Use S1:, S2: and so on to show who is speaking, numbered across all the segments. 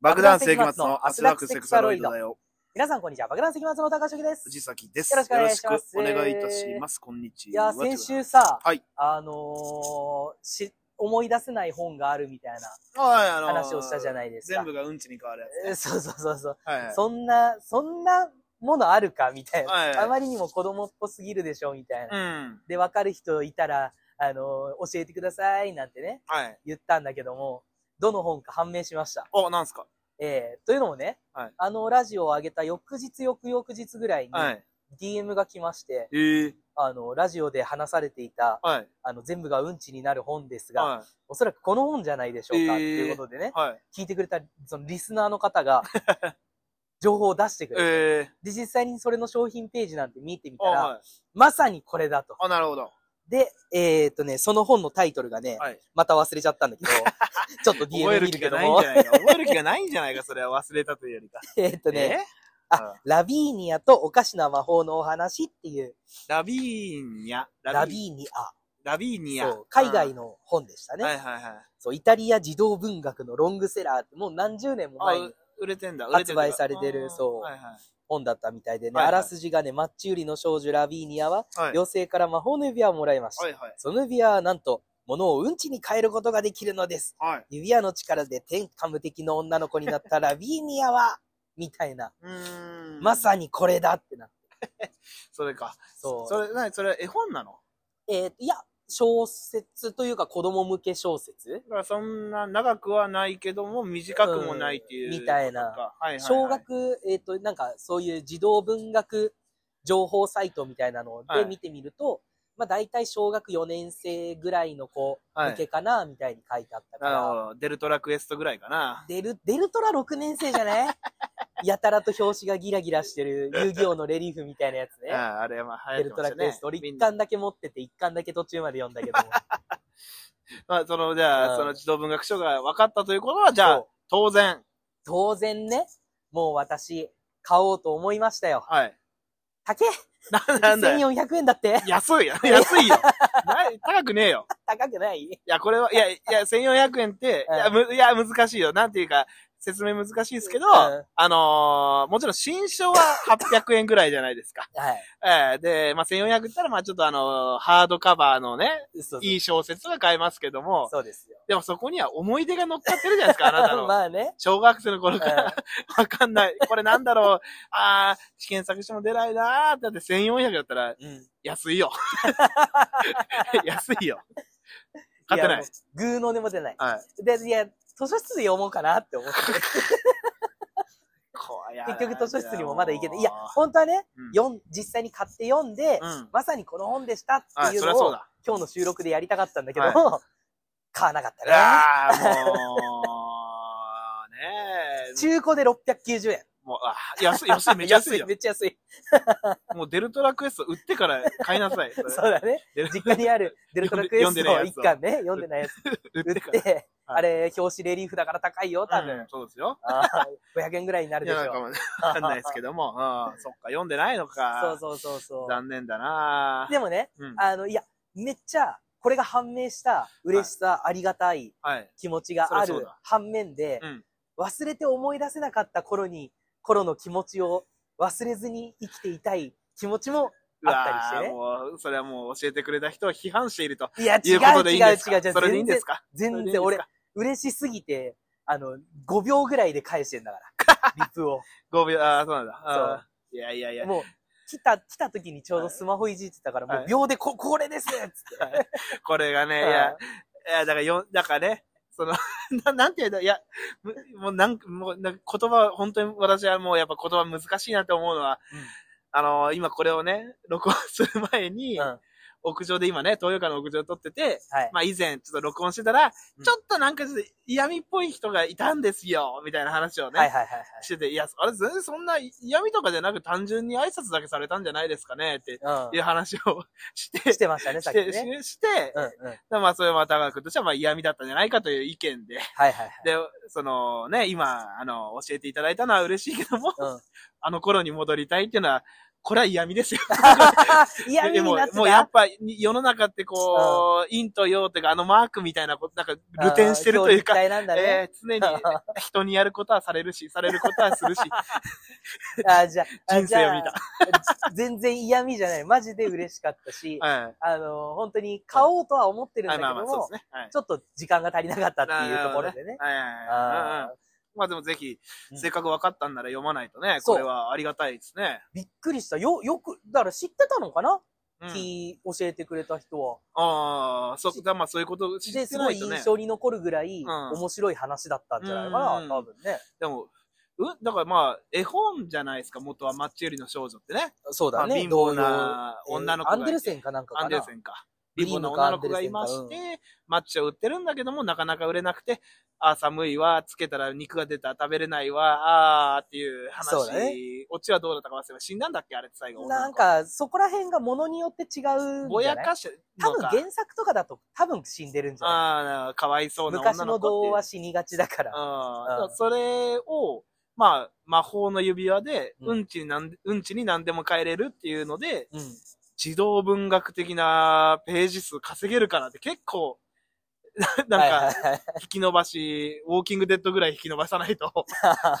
S1: 爆弾世紀末の圧楽セクサロイドだよ。
S2: 皆さん、こんにちは。爆弾関松の高橋です。
S1: 藤崎です。
S2: よろしくお願いします
S1: よろしくお願いいたします。こんにち
S2: い
S1: は。
S2: や、先週さ、
S1: はい
S2: あのーし、思い出せない本があるみたい
S1: はいあ
S2: な
S1: のー
S2: 話をしたじゃないですか。
S1: 全部がうんちに変わるや
S2: えそうそうそうそう。
S1: つ。はい。
S2: そんな、そんなものあるかみたいな、
S1: はい
S2: あまりにも子供っぽすぎるでしょみたいな。
S1: うん。
S2: で、わかる人いたら、あのー教えてくださいなんてね、
S1: はい。
S2: 言ったんだけども、どの本か判明しました。
S1: お、なんすか
S2: えーというのもね、
S1: はい
S2: あのラジオを上げた翌日、翌々日ぐらいに
S1: はい。
S2: DM が来まして、
S1: えー。
S2: あの、ラジオで話されていた、
S1: はい。
S2: あの、全部がうんちになる本ですが、
S1: は
S2: おそらくこの本じゃないでしょうか、
S1: えー
S2: っていうことでね
S1: い。、はい。
S2: 聞いてくれた、そのリスナーの 方が、情報を出してくれて、
S1: え
S2: で、実際にそれの商品ページなんて見てみ
S1: ー。
S2: た
S1: あ、
S2: ら、
S1: はい。
S2: まさにこれだと。
S1: あ、なるほど。
S2: で、えーっとね、その本のタイトルがね、
S1: はい。
S2: また忘れちゃっ たんだけど、ちょっと DM
S1: 覚える
S2: 見
S1: 気
S2: る
S1: が
S2: けど
S1: ないん
S2: も
S1: じ、ゃない か。覚える気がないんじゃないか、それは忘れたというよりか。
S2: えーっとね、
S1: え
S2: あ、ラビーニアとおかしな魔法のお話っていう、
S1: ラビーニャ。
S2: ラ
S1: ー。
S2: ビーニ
S1: ラビーニ
S2: ア。
S1: ャ
S2: そう、。海外
S1: の
S2: の本でしたね。
S1: はいはいはい。
S2: そう、イタリア児童文学のロングセラーってもう何十年も
S1: あ
S2: 前に、
S1: 売れてんだ。売れて
S2: 発
S1: んだ
S2: 売されてる
S1: あー
S2: そう
S1: はいはい。
S2: 本だったみたいでね、
S1: はいはい
S2: あらすじがね、マッチ売りの少女ラビーニアは、
S1: はい。
S2: 妖精から魔法の指輪をもらいました。
S1: はいはい。
S2: その指輪はなんと、物をうんちに変えることができるのです。
S1: はい。
S2: 指輪の力で天下無敵の女の子に なったラビーニアは、みたいな、
S1: うーん。
S2: まさにこれだってなって。
S1: それか。
S2: そう。
S1: それ、なに、それ絵本なの
S2: えーいや、小説というか子供向け小説
S1: だからそんな長くはないけども、短くもないっていうう。
S2: んみたいな
S1: ことか。はいはいはい。
S2: 小学、えっ、と、なんかそういう児童文学情報サイトみたいなの
S1: は
S2: で
S1: い
S2: 見てみると、まあ大体小学4年生ぐらいの子
S1: はい
S2: 向けかな、みたいに書いてあったか
S1: な
S2: ら
S1: るほ。ど。デルトラクエストぐらいかな。
S2: デル、デルトラ6年生じゃない やたらと表紙がギラギラしてる遊戯王のレリーフみたいなやつ
S1: あ
S2: ね。
S1: あ、あれはまあ
S2: デ
S1: 流行
S2: ル
S1: ってま
S2: トラ
S1: し
S2: ク
S1: た
S2: エ
S1: ね
S2: ス。ト、俺
S1: みん
S2: 1
S1: な
S2: 巻だけ持ってて1巻だけ途中まで読んだけども。
S1: まあ、その、じゃ
S2: うん
S1: あ、その児童文学書が分かったということ は、じゃ
S2: そ
S1: あ
S2: う、
S1: 当然。
S2: 当然ね、もう私、買おうと思いましたよ。
S1: はい。
S2: 高え
S1: な、なんだよ。
S2: !1400 円だって
S1: 安いよ。安いよ。ない高くねえよ。
S2: 高くない
S1: いや、これは、いや、い や、1400円って、いや、むいや難しいよ。なんていうか、説明難しいですけど、
S2: うん
S1: あのーもちろん新書は800円ぐらいじゃないですか。
S2: はい。
S1: ええで、まあ、1400円って言ったら、まあ、ちょっとあのーハードカバーのね、
S2: 嘘
S1: いい小説は買えますけども、
S2: そうですよ。
S1: でもそこには思い出が乗っかってるじゃないですか、あなたの。
S2: まあね。
S1: 小学生の頃から、 わかんない。これなんだろう。あー、試験作詞も出ないなーだって1400だったら
S2: うん。
S1: 安い よ。安いよ。買ってない
S2: や。。もうグーの音も出ない。
S1: はい。
S2: で、いや、図書室で読もうかなって思って。
S1: こうや
S2: 結局図書室にもまだ行けて。
S1: もう
S2: いや、本当はね、
S1: うん
S2: 読ん、実際に買って読んで、
S1: うん
S2: まさにこの本でしたっ
S1: あ、
S2: ていう
S1: そりゃ
S2: の
S1: そ
S2: を、
S1: うだ。
S2: 今日の収録でやりたかったんだけど、買わなかったね。
S1: ああ、もう、ねえ。
S2: 中古で690円。
S1: もう、あ安い、安い、めっちゃ安いよ
S2: め。っちゃ 安い。
S1: もうデルトラクエスト売ってから買いなさい。それ
S2: そうだね。
S1: デル
S2: 実家にあるデルトラクエストの一巻ね、読ん
S1: ん
S2: で
S1: で
S2: ないやつ
S1: 売っ
S2: 売って
S1: から。
S2: て、 あれ、表紙レリーフだから高いよ、多
S1: う
S2: 分
S1: ん。そうですよ。
S2: あー500円ぐらいになる
S1: い
S2: でし
S1: や、
S2: ょ
S1: なんか。わかんないですけど も、うん、そっか、読んでないのか。
S2: そうそうそうそう。
S1: 残念だな
S2: でもね、
S1: うん。
S2: あの、いや、めっちゃ、これが判明した嬉しさ、ありがたい
S1: はい。
S2: 気持ちが
S1: そり
S2: あ
S1: ゃそう
S2: る
S1: だ
S2: 反面で、
S1: うん
S2: 忘れて思い出せなかった頃に、頃の気持ちを忘れずに生きていたい気持ち も、
S1: うわ
S2: あったりして
S1: ー
S2: ね
S1: もう、それはもう教えてくれた人を批判していると
S2: いや、
S1: い
S2: 違
S1: う
S2: う違う違
S1: ことでいいんですか
S2: う違う、
S1: それでいい
S2: 全
S1: んで
S2: 然
S1: す、か
S2: 全
S1: それでいいんですか
S2: 然俺、嬉しすぎて、あの、5秒ぐらいで返してんだから、 リプを。
S1: ?5 秒、ああ、そうなんだ。あーいやいやいや。
S2: もう、来た、来た時にちょうどスマホいじってたから、も
S1: は
S2: う
S1: い
S2: 秒でこ、これですっつって。
S1: これがね、いや、いや、だからよ、だからね、その、 ななんて言うんだ、いや、むもうなん、もうなんか言葉、本当に私はもうやっぱ言葉難しいなって思うのは、
S2: うん
S1: あの、今これをね、録音する前に、
S2: うん
S1: 屋上で今ね、東洋館の屋上を撮ってて、
S2: はい。
S1: まあ以前ちょっと録音してたら、
S2: うん
S1: ちょっとなんかちょっと嫌味っぽい人がいたんですよ、みたいな話をね、
S2: はいはいはいはい。
S1: してて、いや、あれ全然そんな嫌味とかじゃなく単純に挨拶だけされたんじゃないですかね、って
S2: う
S1: いう話をして、
S2: ん。してましたね、さ
S1: し
S2: っき
S1: て、
S2: ね。
S1: しして、
S2: うんうん。はい
S1: でまあ、それは高君としては、まあ、嫌味だったんじゃないかという意見で。
S2: はいはい。
S1: で、そのね、今、あの、教えていただいたのは嬉しいけども、
S2: うん
S1: あの頃に戻りたいっていうのは、これは闇ですよ。
S2: 嫌味
S1: で
S2: に
S1: も
S2: なってた。
S1: もうやっぱ世の中ってこう、陰と陽というか、あのマークみたいなこと、なんか露天してるという
S2: あ
S1: か、
S2: ー。強烈体なんだね。
S1: えー常に人にやることはされるし、されることはするし、
S2: あーじゃあ、
S1: 人生を見
S2: あじゃあ全然嫌味じゃない。マジで嬉しかったし、
S1: はい。
S2: あの、本当に買おうとは思ってるん
S1: は
S2: だ
S1: い、
S2: けど
S1: まあ
S2: も、
S1: まあ、そうですね。はい。
S2: ちょっと時間が足りなかったっていうところでね。
S1: はいはいはいはい。うんうん
S2: あー
S1: まあでもぜひ
S2: う、ん
S1: 性格分かったんなら読まないとね、
S2: そう
S1: これはありがたいですね。
S2: びっくりした。よ、よく、だから知ってたのかな、
S1: うん
S2: き教えてくれた人は。
S1: ああ、そっか、まあそういうこと知
S2: で、
S1: って
S2: す
S1: な
S2: ご
S1: い
S2: い
S1: とね
S2: 印。象に残るぐらい
S1: ん
S2: 面白い話だったんじゃないかな、
S1: うん
S2: 多分ね。
S1: でも、うんだからまあ、絵本じゃないですか、元はマッチよりの少女ってね。
S2: そうだ
S1: まあ
S2: ね、
S1: 貧乏
S2: 同様
S1: な女の子が
S2: えーアンデルセンかなんかか
S1: ア
S2: な。
S1: ンデルセンか。
S2: グ
S1: 貧乏
S2: リーンの
S1: な
S2: か
S1: 女の子がいま
S2: アン
S1: し
S2: デル
S1: て、マッチを売ってるんだけども、なかなか売れなくて、あー寒いわ、つけたら肉が出た、食べれないわ、あーっていう話。
S2: そうだね
S1: オチはどうだったか忘れた。死んだんだっけあれって最後。
S2: なん、か、そこら辺が物によって違うんじゃない
S1: ぼやかしてん
S2: 多
S1: の
S2: 分
S1: か、
S2: 原作とかだと多分死んでるんじゃない
S1: ああ、かわいそうな女
S2: 昔
S1: の子
S2: の
S1: ってい
S2: 童
S1: う。
S2: 話死にがちだから。
S1: あ
S2: うん
S1: あ、それを、まあ、魔法の指輪で、
S2: う
S1: うんんちになん、うんちに何でも変えれるっていうので、
S2: うん。
S1: 児童文学的なページ数稼げるからって結構、 ななんか、
S2: か、
S1: 引き伸ばし、ウォーキングデッドぐらい引き伸ばさないと。
S2: い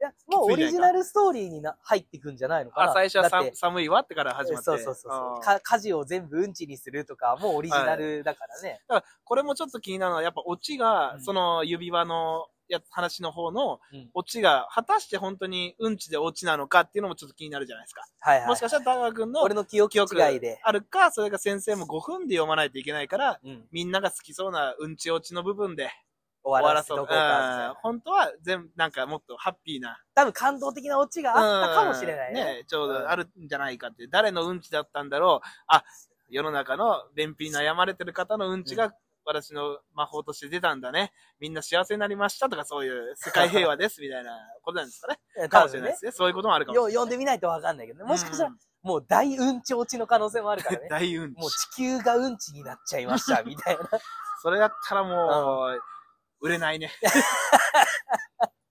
S2: や、もうオリジナルストーリーにな入っていくんじゃないのか
S1: あ
S2: な
S1: 最初は
S2: だっ
S1: さ
S2: て
S1: 寒いわってから始まって。
S2: そうそうそうそ
S1: あ
S2: う。
S1: ー
S2: か家事を全部うんちにするとか、もうオリジナルだからね。
S1: だからこれもちょっと気になるのは、やっぱオチが、
S2: うん
S1: その指輪のや話の方の
S2: うん
S1: オチが、果たして本当にうんちでオチなのかっていうのもちょっと気になるじゃないですか。
S2: はいはい。
S1: もしかしたら高く君の
S2: 俺の記憶
S1: 記憶
S2: 違いで。
S1: あるか、それが先生も5分で読まないといけないから、
S2: うん。
S1: みんなが好きそうなうんち落ちの部分で
S2: 終
S1: 終わ
S2: わら
S1: ら
S2: せ
S1: そ
S2: と
S1: う。
S2: こ
S1: う
S2: うか
S1: ん。本当は全部、なんかもっとハッピーな。
S2: 多分感動的なオチがあったかもしれないね。
S1: うんねちょう
S2: うん
S1: どあるんじゃないかって。誰のうんちだったんだろう。あ、世の中の便秘に悩まれてる方のうんちが、私の魔法として出たんだね。みんな幸せになりましたとかそういう世界平和ですみたいなことなんですかね。
S2: え
S1: か
S2: 多
S1: もしれ
S2: 分
S1: ないで
S2: ね。
S1: すね。そういうこともあるかもしれ
S2: よ
S1: ない。
S2: 読んでみないとわかんないけどね。もしかしたら、
S1: うん。
S2: もう大うんち落ちの可能性もあるから ね
S1: 大うんち。
S2: もう地球がうんちになっちゃいました、みたいな。
S1: それだったらもう、売れないね。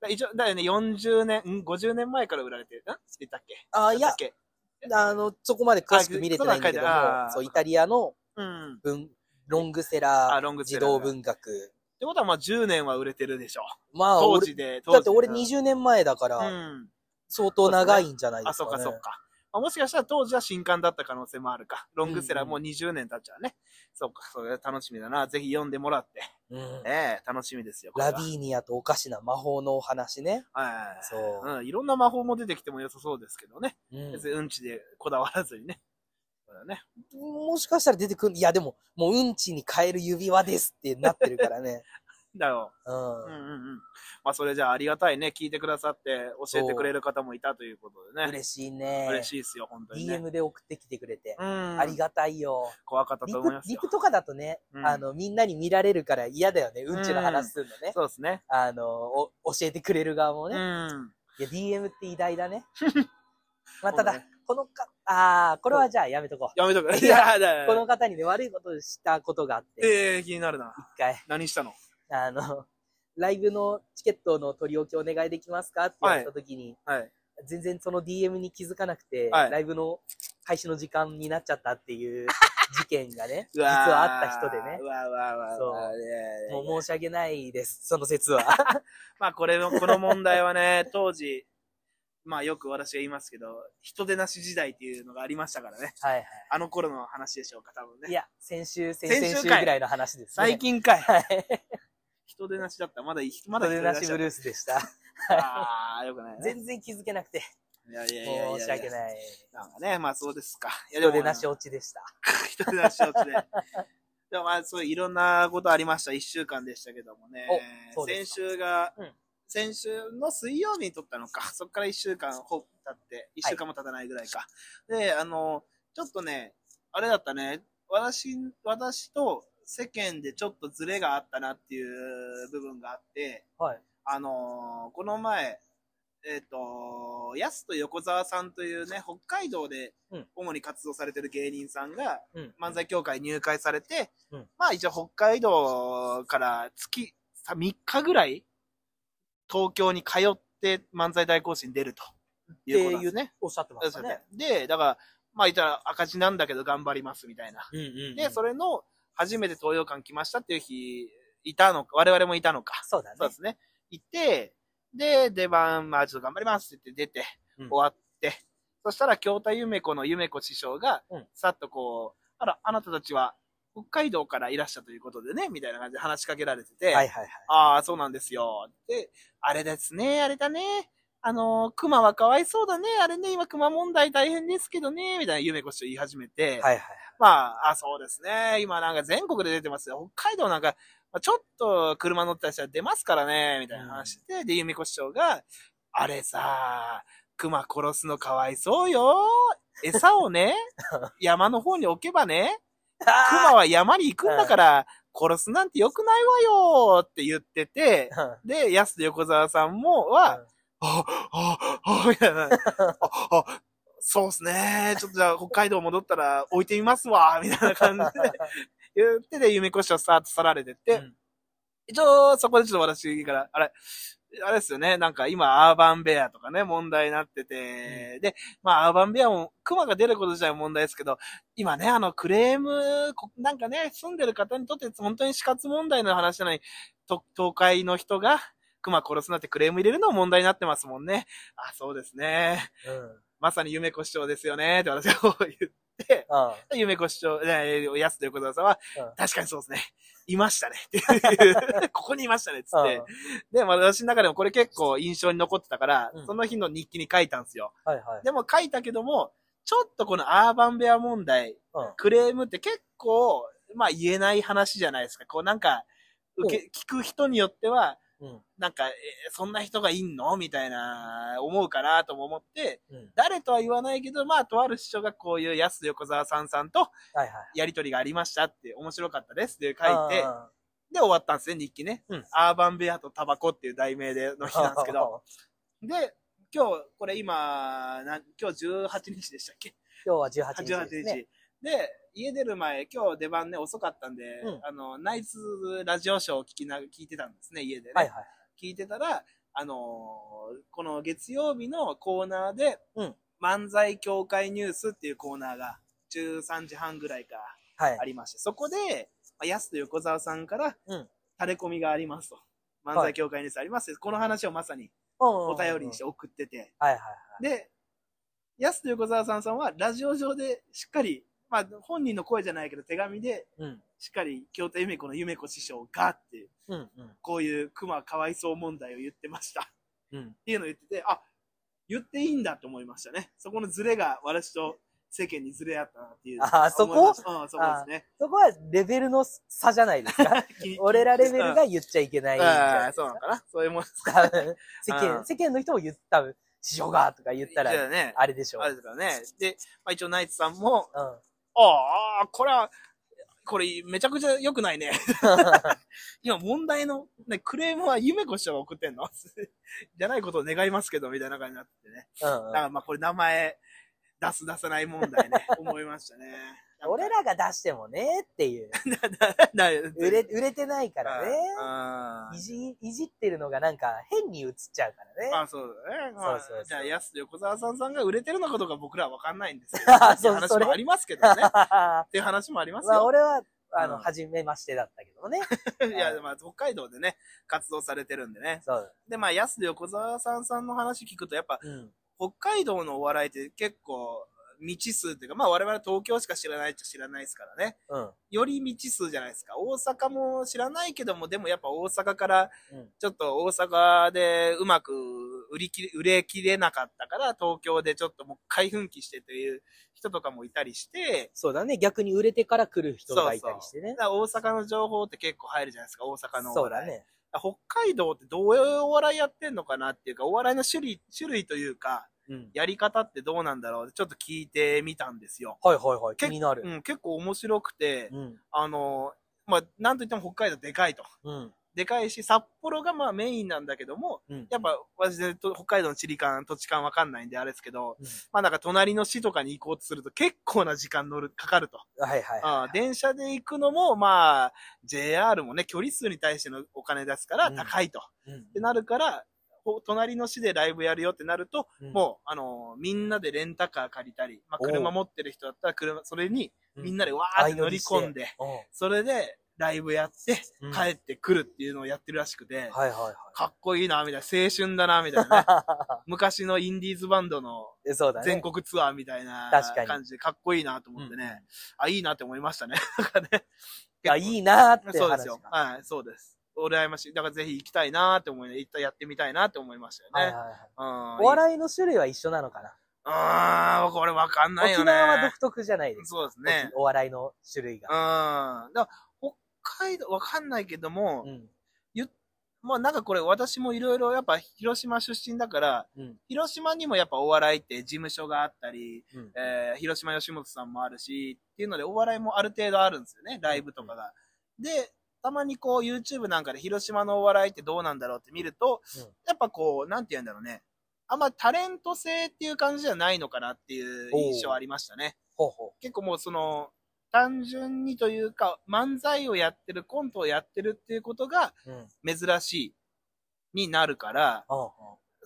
S1: 一応、だよね、40年、ん50年前から売られてるなって言ったっけ
S2: あーい
S1: だ
S2: や
S1: っ、け
S2: あの、そこまで詳しく見れてないんだけども
S1: あそこまで書いてあ、ー
S2: そう、イタリアの
S1: うん。っ
S2: 文、ロングセラ
S1: あ
S2: ー
S1: ロン、グセ
S2: 児
S1: ラー
S2: 童文学。
S1: てことは、まあ、10年は売れてるでしょ。
S2: まあ、
S1: 当
S2: 俺
S1: 時で、当時
S2: だって俺
S1: で
S2: 20年前だから、
S1: うん。
S2: 相当長いんじゃないで
S1: あ、
S2: すか、
S1: そ
S2: ね
S1: っかそっか。まあもしかしたら当時は新刊だった可能性もあるか。ロングセラーもう20年経っちゃうね。そっか、それは楽しみだな。ぜひ読んでもらって。
S2: うん
S1: ええ、楽しみですよ。これは
S2: ラビーニアとおかしな魔法のお話ね。
S1: はい。
S2: そう。
S1: うん、いろんな魔法も出てきても良さそうですけどね。
S2: うん
S1: 別にうんちでこだわらずにね。そうだね。
S2: もしかしたら出てくる、いやでも、もううんちに変える指輪ですってなってるから ね。
S1: だよ。
S2: うん
S1: うんうんうん。まあ、それじゃあありがたいね。聞いてくださって、教えてくれる方もいたということでね。
S2: 嬉しいね。
S1: 嬉しいですよ、本当にね。
S2: DM で送ってきてくれて。
S1: うん。
S2: ありがたいよ。
S1: 怖かったと
S2: 陸
S1: 思いますよ
S2: 陸。とかだとね、
S1: うん
S2: あの、みんなに見られるから嫌だよね。うんちの話するのね。
S1: そうですね。
S2: あのお、教えてくれる側も
S1: う
S2: ね。
S1: ん。
S2: いや、DM って偉大 だね。ま
S1: そ
S2: あ、た
S1: うだ
S2: だ
S1: ね、
S2: このか、あー、これはじゃあやめとこ
S1: やめとく。
S2: い
S1: い
S2: や
S1: や、だ
S2: う。この方にね、悪いことをしたことがあって、
S1: ええ気になるな。
S2: 一回。
S1: 何したの
S2: あの、ライブのチケットの取り置きお願いできますかって言われた時に、
S1: はい。
S2: 全然その DM に気づかなくて、
S1: はい
S2: ライブの開始の時間になっちゃったって いう事件がね、
S1: う
S2: 実
S1: ー
S2: はあった人でね
S1: う、わーうわーうわー
S2: そう
S1: うわーいやいやいや
S2: もう申し訳ないです、その説は。
S1: まあ、これの、この問題はね、当時、まあ、よく私が言いますけど、人手なし時代っていうのがありましたからね。
S2: はいは
S1: あの頃の話でしょうか、多分
S2: い。い
S1: ね。
S2: や、先週、先
S1: 週
S2: 々週ぐらいの話です、ね。
S1: 最。近かい。
S2: はい。
S1: 人手なしだった。まだい、ま
S2: ま
S1: だ
S2: だ
S1: 人
S2: 出
S1: 手
S2: な
S1: なしだ
S2: しブ
S1: っ
S2: ルースでした。
S1: た。ああ、よくないね。
S2: 全然気づけなくて、
S1: いやいやいややや
S2: 申し訳ない。
S1: なんかね、まあそうですか。いや
S2: 人出なし
S1: を。
S2: 落ちでした。
S1: 人出なしをつね。 でもまあそういろんなことありました。一週間でしたけどもね
S2: おそう。で
S1: 先
S2: す
S1: 週が、
S2: うん
S1: 先週の水曜日に撮ったのか。そこから一週間ほ経って、一週間も経たないぐらいか。で、あの、ちょっとね、あれだったね。私、私と世間でちょっとズレがあったなっていう部分があって、
S2: はい。
S1: あのーこの前、えっ、と、やすと横澤さんというね、北海道で
S2: うん
S1: 主に活動されてる芸人さんが
S2: うん。
S1: 漫才協会に入会されて、
S2: うん
S1: まあ一応北海道から月3日ぐらい東京に通って漫才大行進出ると
S2: て
S1: いうことなん
S2: い
S1: で
S2: う
S1: すね。
S2: おっしゃってま
S1: そう
S2: し
S1: です
S2: た
S1: よ
S2: ね
S1: ね。で、だから、まあ言ったら赤字なんだけど頑張りますみたいな。
S2: うんうんうん
S1: で、それの、初めて東洋館来ましたっていう日、いたのか、我々もいたのか。
S2: そうだ
S1: そう
S2: ね
S1: で。すね。行って、で、出番、まあちょっと頑張りますって言って出て、
S2: うん
S1: 終わって、そしたら京太夢子の夢子師匠が
S2: うん、
S1: さっとこう、あら、あなたたちは北海道からいらしたということでね、みたいな感じで話しかけられてて、
S2: はいはいはい。
S1: ああ、そうなんですよ。で、あれですね、あれだね。あのー、熊はかわいそうだね。あれね、今熊問題大変ですけどね、みたいな夢子師匠言い始めて、
S2: はいはいはい。
S1: まあ、あ、そうですね。今なんか全国で出てますよ。北海道なんか、まあ、ちょっと車乗ったりしたら出ますからね、みたいな話で、で、由美子市長が、あれさ、熊殺すのかわいそうよ。餌をね、山の方に置けばね、熊
S2: あ
S1: は山に行くんだから、殺すなんて良くないわよって言ってて、
S2: ー
S1: で、安田横沢さんも、は、
S2: うん
S1: あ、あ、あ、みたいな。あ、あ、そうっすね。ちょっとじゃあ北海道戻ったら置いてみますわ、みたいな感じで言ってで、夢越しをさーっと去られてって、
S2: うん
S1: 一応そこでちょっと私から、あれ、あれですよね。なんか今、アーバンベアとかね、問題になってて、で、まあ、アーバンベアも、熊が出ること自体は問題ですけど、今ね、あの、クレーム、こなんかね、住んでる方にとって本当に死活問題の話じゃない、と東海の人が、熊殺すなってクレーム入れるのも問題になってますもんね。あ、そうですね。
S2: うん
S1: まさに夢子市長ですよね、って私はこう言って、夢子市長、えー、安と横澤さんは、
S2: うん
S1: 確かにそうですね。いましたね。っていうここにいましたね、つ
S2: うん
S1: って。で、まあ、私の中でもこれ結構印象に残ってたから、
S2: うん
S1: その日の日記に書いたんですよ。
S2: はいはい。
S1: でも書いたけども、ちょっとこのアーバンベア問題、
S2: うん
S1: クレームって結構、まあ言えない話じゃないですか。こうなんか、受け、聞く人によっては、
S2: うん
S1: なんか、えーそんな人がいんのみたいな、思うかなとも思って、
S2: うん
S1: 誰とは言わないけど、まあ、とある師匠がこういう安横澤さんさんと
S2: はいはい。
S1: やりとりがありましたって、面白かったですって書いて
S2: う、ん
S1: で、終わったんですね、日記ね。
S2: うん
S1: アーバンベアとタバコっていう題名での日なん ですけど。。で、今日、これ今、なん今日18日でしたっけ
S2: 今日は18
S1: ?18
S2: 日
S1: 日
S2: で
S1: です
S2: ね。
S1: 家出る前、今日出番ね、遅かったんで、
S2: うん
S1: あの、ナイツラジオショーを聞きな、聞いてたんですね、家でね。
S2: はいはい。
S1: 聞いてたら、あのーこの月曜日のコーナーで、
S2: うん
S1: 漫才協会ニュースっていうコーナーが13時半ぐらいから
S2: はい
S1: あ。りまして、そこで、まあ、安と横澤さんから、
S2: うん
S1: タレコミがありますと。漫才協会ニュースあります、この話をまさに
S2: お
S1: お便りにして
S2: よ
S1: 送ってて。
S2: はいはい
S1: で、安と横澤さんさんはラジオ上でしっかり、まあ本人の声じゃないけど手紙で
S2: はい。うん。
S1: しっかり京都夢子の夢子師匠がって、
S2: うんうん
S1: こういう熊かわいそう問題を言ってました。
S2: うん。
S1: っていうのを言ってて、あ、言っていいんだと思いましたね。そこのズレが私と世間にズレあったなっていう。
S2: あーそこ
S1: 思いましたうん、そこですね。
S2: そこはレベルの差じゃないですか。俺らレベルが言っちゃいけないんじゃ
S1: あ
S2: な
S1: あ
S2: い
S1: ー、そうなのかな。そういうもん。
S2: 多分世
S1: うん
S2: 間、世間の人も言った、師匠がとか言った
S1: じゃあ
S2: ら、
S1: ね、
S2: あれでしょう。
S1: あれですからね。で、まあ、一応ナイツさんも、
S2: うん
S1: ああ、これは、これめちゃくちゃ良くないね。 今問題の、ね、クレームは夢子師匠が送ってんの じゃないことを願いますけど、みたいな感じになってね。
S2: うん
S1: だからまあこれ名前出す出さない問題 ね、思いましたね。
S2: 俺らが出してもねっていう。
S1: だ
S2: 売 れ、売れてないからね。
S1: あ
S2: いじ、いじってるのがなんか変に映っちゃうからね。
S1: あ、そうだね。まあ
S2: そうそうそう
S1: じゃあ、安と横澤さんさんが売れてるのかどうか僕らは分かんないんですけど、
S2: あ
S1: ってい
S2: そうう
S1: 話
S2: それ
S1: もありますけ どね。っていう話もあります
S2: まあ
S1: よ。
S2: 俺は、あ
S1: う
S2: の、
S1: ん
S2: 初めましてだったけ どね。
S1: いや、まあ、北海道でね、活動されてるんでね。
S2: そう。
S1: で、まあ、安と横澤さんさんの話聞くと、やっぱ、
S2: うん。
S1: 北海道のお笑いって結構、未知数っていうか、まあ、我々東京しか知らないっちゃ知らないですからね。
S2: うん。
S1: より未知数じゃないですか。大阪も知らないけども、でもやっぱ大阪から
S2: うん。
S1: ちょっと大阪でうまく売り切れ、売れ切れなかったから、東京でちょっともう開奮起してという人とかもいたりして、
S2: そうだね。逆に売れてから来る人がいたりして
S1: だ
S2: ね。
S1: から大阪の情報って結構入るじゃないですか、大阪のお笑い。
S2: そうだね。
S1: だから北海道ってどういうお笑いやってんのかなっていうか、お笑いの種類、種類というか、
S2: うん。
S1: やり方ってどうなんだろうってちょっと聞いてみたんですよ。
S2: はいはいはい。
S1: け
S2: 気になる。
S1: うん、結構面白くて、
S2: うん。
S1: あの、まあ、なんといっても北海道でかいと。
S2: うん。
S1: でかいし、札幌がまあメインなんだけども、
S2: うん。
S1: やっぱ、私でと北海道の地理感、土地感わかんないんであれですけど、
S2: うん
S1: まあなんか隣の市とかに行こうとすると結構な時間乗る、かかると。
S2: はいはいはい。
S1: ああ電車で行くのも、まあ、JR もね、距離数に対してのお金出すから
S2: うん
S1: 高いと。
S2: うん
S1: ってなるから、ほ隣の市でライブやるよってなると、
S2: うん
S1: もう、あのーみんなでレンタカー借りたり、まあ、
S2: おう
S1: 車持ってる人だったら車、それに
S2: うん
S1: みんなでわーって乗り込んで、それでライブやって
S2: うん
S1: 帰ってくるっていうのをやってるらしくて、
S2: はいはい
S1: かっこいいな、みたいな、青春だな、みたいな ね。
S2: は
S1: 昔のインディーズバンドの
S2: い。そうだね。
S1: 全国ツアーみたいな
S2: 確かに
S1: 感じでかっこいいなと思ってね、あ、いいなって思いましたね。 なんかね
S2: うん。あ、いいなーって話
S1: そう
S2: が
S1: ですよ。はい、そうです。羨ましい。だからぜひ行きたいなって思い、一回やってみたいなって思いました
S2: はい
S1: よ
S2: はい
S1: ね。
S2: はい。
S1: うん
S2: お笑いの種類は一緒なのかな
S1: ああ、これわかんないよね。
S2: 沖縄は独特じゃないです
S1: そうです
S2: か。
S1: ね。
S2: お笑いの種類
S1: うん。だ
S2: が。
S1: から北海道、わかんないけども、
S2: ん。
S1: まあなんかこれ私もいろいろやっぱ広島出身だから、
S2: うん。
S1: 広島にもやっぱお笑いって事務所があったり、
S2: うん
S1: えー広島吉本さんもあるし、っていうのでお笑いもある程度あるんですよね、ライブとかが。で、たまにこう YouTube なんかで広島のお笑いってどうなんだろうって見ると、
S2: うん
S1: やっぱこう、なんて言うんだろうね。あんまタレント性っていう感じじゃないのかなっていう印象ありましたね。
S2: ほうほ
S1: 結構もうその、単純にというか、漫才をやってる、コントをやってるっていうことが
S2: う。うん。うん
S1: 珍しいになるから、
S2: うん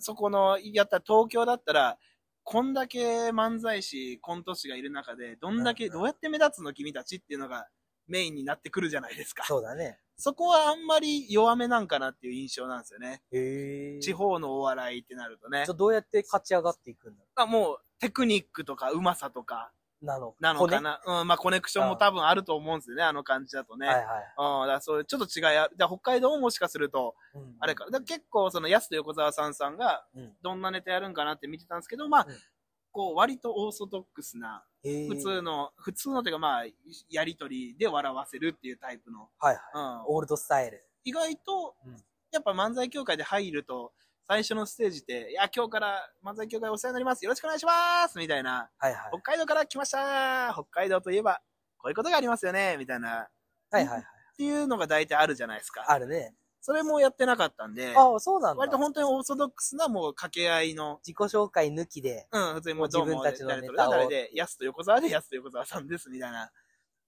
S1: そこの、やったら東京だったら、こんだけ漫才師、コント師がいる中で、どんだ
S2: う
S1: け、
S2: んうん
S1: どうやって目立つの君たちっていうのがメインになってくるじゃないですか。
S2: そうだね。
S1: そこはあんまり弱めなんかなっていう印象なんですよね。
S2: へえ。
S1: 地方のお笑いってなるとね
S2: じゃ。あどうやって勝ち上がっていくんだろ
S1: あもう、テクニックとか、うまさとか、
S2: うなの
S1: なのかな。うん、まあ、コネクションも多分あると思うんですよね、あの感じだとね。
S2: 骨はいは
S1: う
S2: い。
S1: ん、だからそういうちょっと違いある。だから北海道ももしかすると、
S2: うん
S1: あれか。だから結構、その、安と横澤さんさんが、
S2: うん
S1: どんなネタやるんかなって見てたんですけど、まあ、
S2: うん
S1: こう、割とオーソドックスな、
S2: へー
S1: 普通の、普通のというか、まあ、やりとりで笑わせるっていうタイプの。
S2: はいはい。
S1: うん、
S2: オールドスタイル。
S1: 意外と
S2: うん、
S1: やっぱ漫才協会で入ると、最初のステージで、いや、今日から漫才協会お世話になります。よろしくお願いしますみたいな。
S2: はいはい
S1: 北。海道から来ました北海道といえば、こういうことがありますよねみたいな。
S2: はいはいはい。
S1: っていうのが大体あるじゃないですか。
S2: あるね。
S1: それもやってなかったんで、
S2: ああ、そうなんだ。
S1: 割と本当にオーソドックスなもう掛け合いの、
S2: 自己紹介抜きで。
S1: うん、普通にもうどうも
S2: 自分たちの
S1: 誰と
S2: ネタを
S1: 誰で、安と横澤で安と横澤さんですみたいな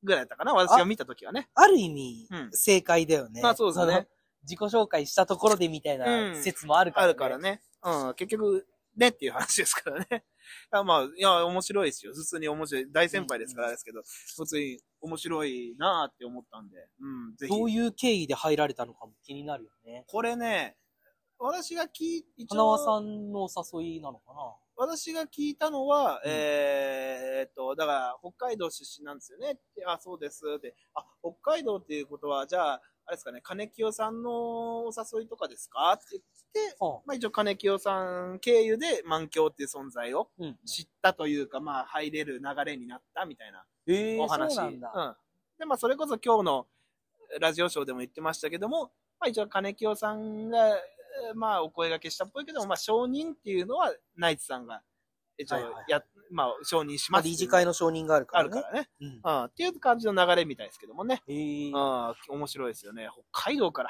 S1: ぐらいだったかな、私が見た時はね。
S2: ある意味
S1: うん、
S2: 正解だよね。
S1: まあそうですね
S2: の。自己紹介したところでみたいな
S1: うん
S2: 説もあるから
S1: あ
S2: ね。
S1: るからね。うん、結局、ねっていう話ですからね。 あまあ、いや、面白いですよ。普通に面白い。大先輩ですか
S2: う
S1: ら
S2: ん
S1: ですけど、普通に面白いなーって思ったんで、うん、ぜひ。
S2: どういう経緯で入られたのかも気になるよね。
S1: これね、私が聞い、一
S2: 花輪
S1: 応、
S2: さんのお誘いなのか
S1: 私が聞いたのは、
S2: うん
S1: えーっと、だから、北海道出身なんですよね。ってあ、そうです。って、あ、北海道っていうことは、じゃあ、あれですかね、金清さんのお誘いとかですかって言って、
S2: なは
S1: まあ一応金清さん経由で満響っていう存在を
S2: あうん。
S1: 知ったというか、まあ、入れる流れになったみたいな
S2: ええ
S1: お
S2: ー、
S1: 話。
S2: そうなんだ。
S1: うんで、まあ、それこそ今日のラジオショーでも言ってましたけども、まあ、一応、金清さんが、えーまあ、お声掛けしたっぽいけども、まあ、承認っていうのは、ナイツさんが、一応、
S2: はいはいはい
S1: や、まあ、承認し
S2: ま
S1: ま
S2: あ、
S1: すってい
S2: 理
S1: う。
S2: 事会の承認があるか
S1: あ
S2: ら
S1: る
S2: ね。
S1: からね。
S2: うん
S1: うん。っていう感じの流れみたいですけどもね。
S2: え
S1: う
S2: ー
S1: ん。面白いですよね。北海道から、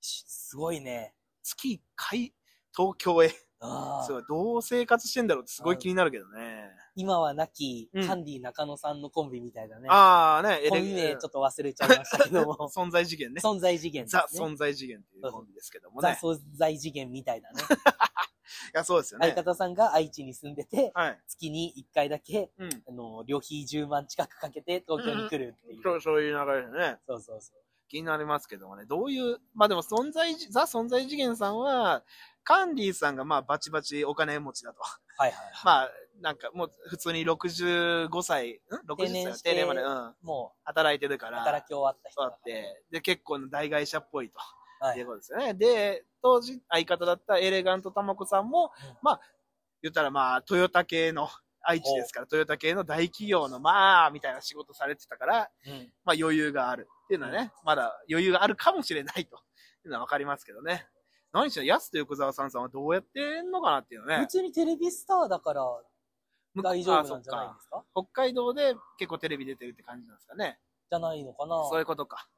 S2: すごいね。
S1: 月1回、東京へ。
S2: ああ
S1: すごい。どう生活してんだろうってすごい気になるけどね。
S2: 今は亡き、
S1: うん
S2: カンディ中野さんのコンビみたいだね。
S1: ああ、ね、エ
S2: 本
S1: レ
S2: 名ちょっと忘れちゃいました けども。
S1: 存在次元ね。
S2: 存在次元ですね
S1: ザ。存在次元っていうコンビですけども
S2: ザ
S1: ね。
S2: 存在次元みたいだ ね。
S1: いや、そうですよ
S2: 相
S1: ね。
S2: 方さんが愛知に住んでて、
S1: はい。
S2: 月に1回だけ、
S1: うん。
S2: あの、旅費10万近くかけて東京に来るっていう。
S1: そうそういう流れでね、
S2: そうそうそう。
S1: 気になりますけどもね、どういう、まあでも存在じ、ザ存在次元さんは、カンディさんがまあバチバチお金持ちだと。
S2: はいはいはい。
S1: まあ、なんかもう普通に65歳、ん ?60 歳
S2: 定年
S1: は
S2: して
S1: 定年まで、うん。
S2: も
S1: 働いてるか
S2: う、
S1: ら、
S2: 働き終わった人
S1: そう
S2: だ
S1: あ
S2: か
S1: って、で、結構の大会社っぽいと。
S2: ら。は
S1: ってい。
S2: いう
S1: ことですよね。で、当時相方だったエレガントたまこさんも、
S2: うん
S1: まあ、言ったらまあ、トヨタ系の、愛知ですから、トヨタ系の大企業のまあ、みたいな仕事されてたから、
S2: うん
S1: まあ余裕があるっていうのはね、まだ余裕があるかもしれないというのはわかりますけどね。何しろ、安と横澤さんさんはどうやってんのかなっていう
S2: 普
S1: ね。
S2: 通にテレビスターだから
S1: む
S2: 大丈
S1: あ
S2: 夫
S1: そ
S2: な
S1: っ
S2: んじゃない
S1: か
S2: ですか
S1: 北海道で結構テレビ出てるって感じなんですかね。
S2: じゃないのかな
S1: そういうことか。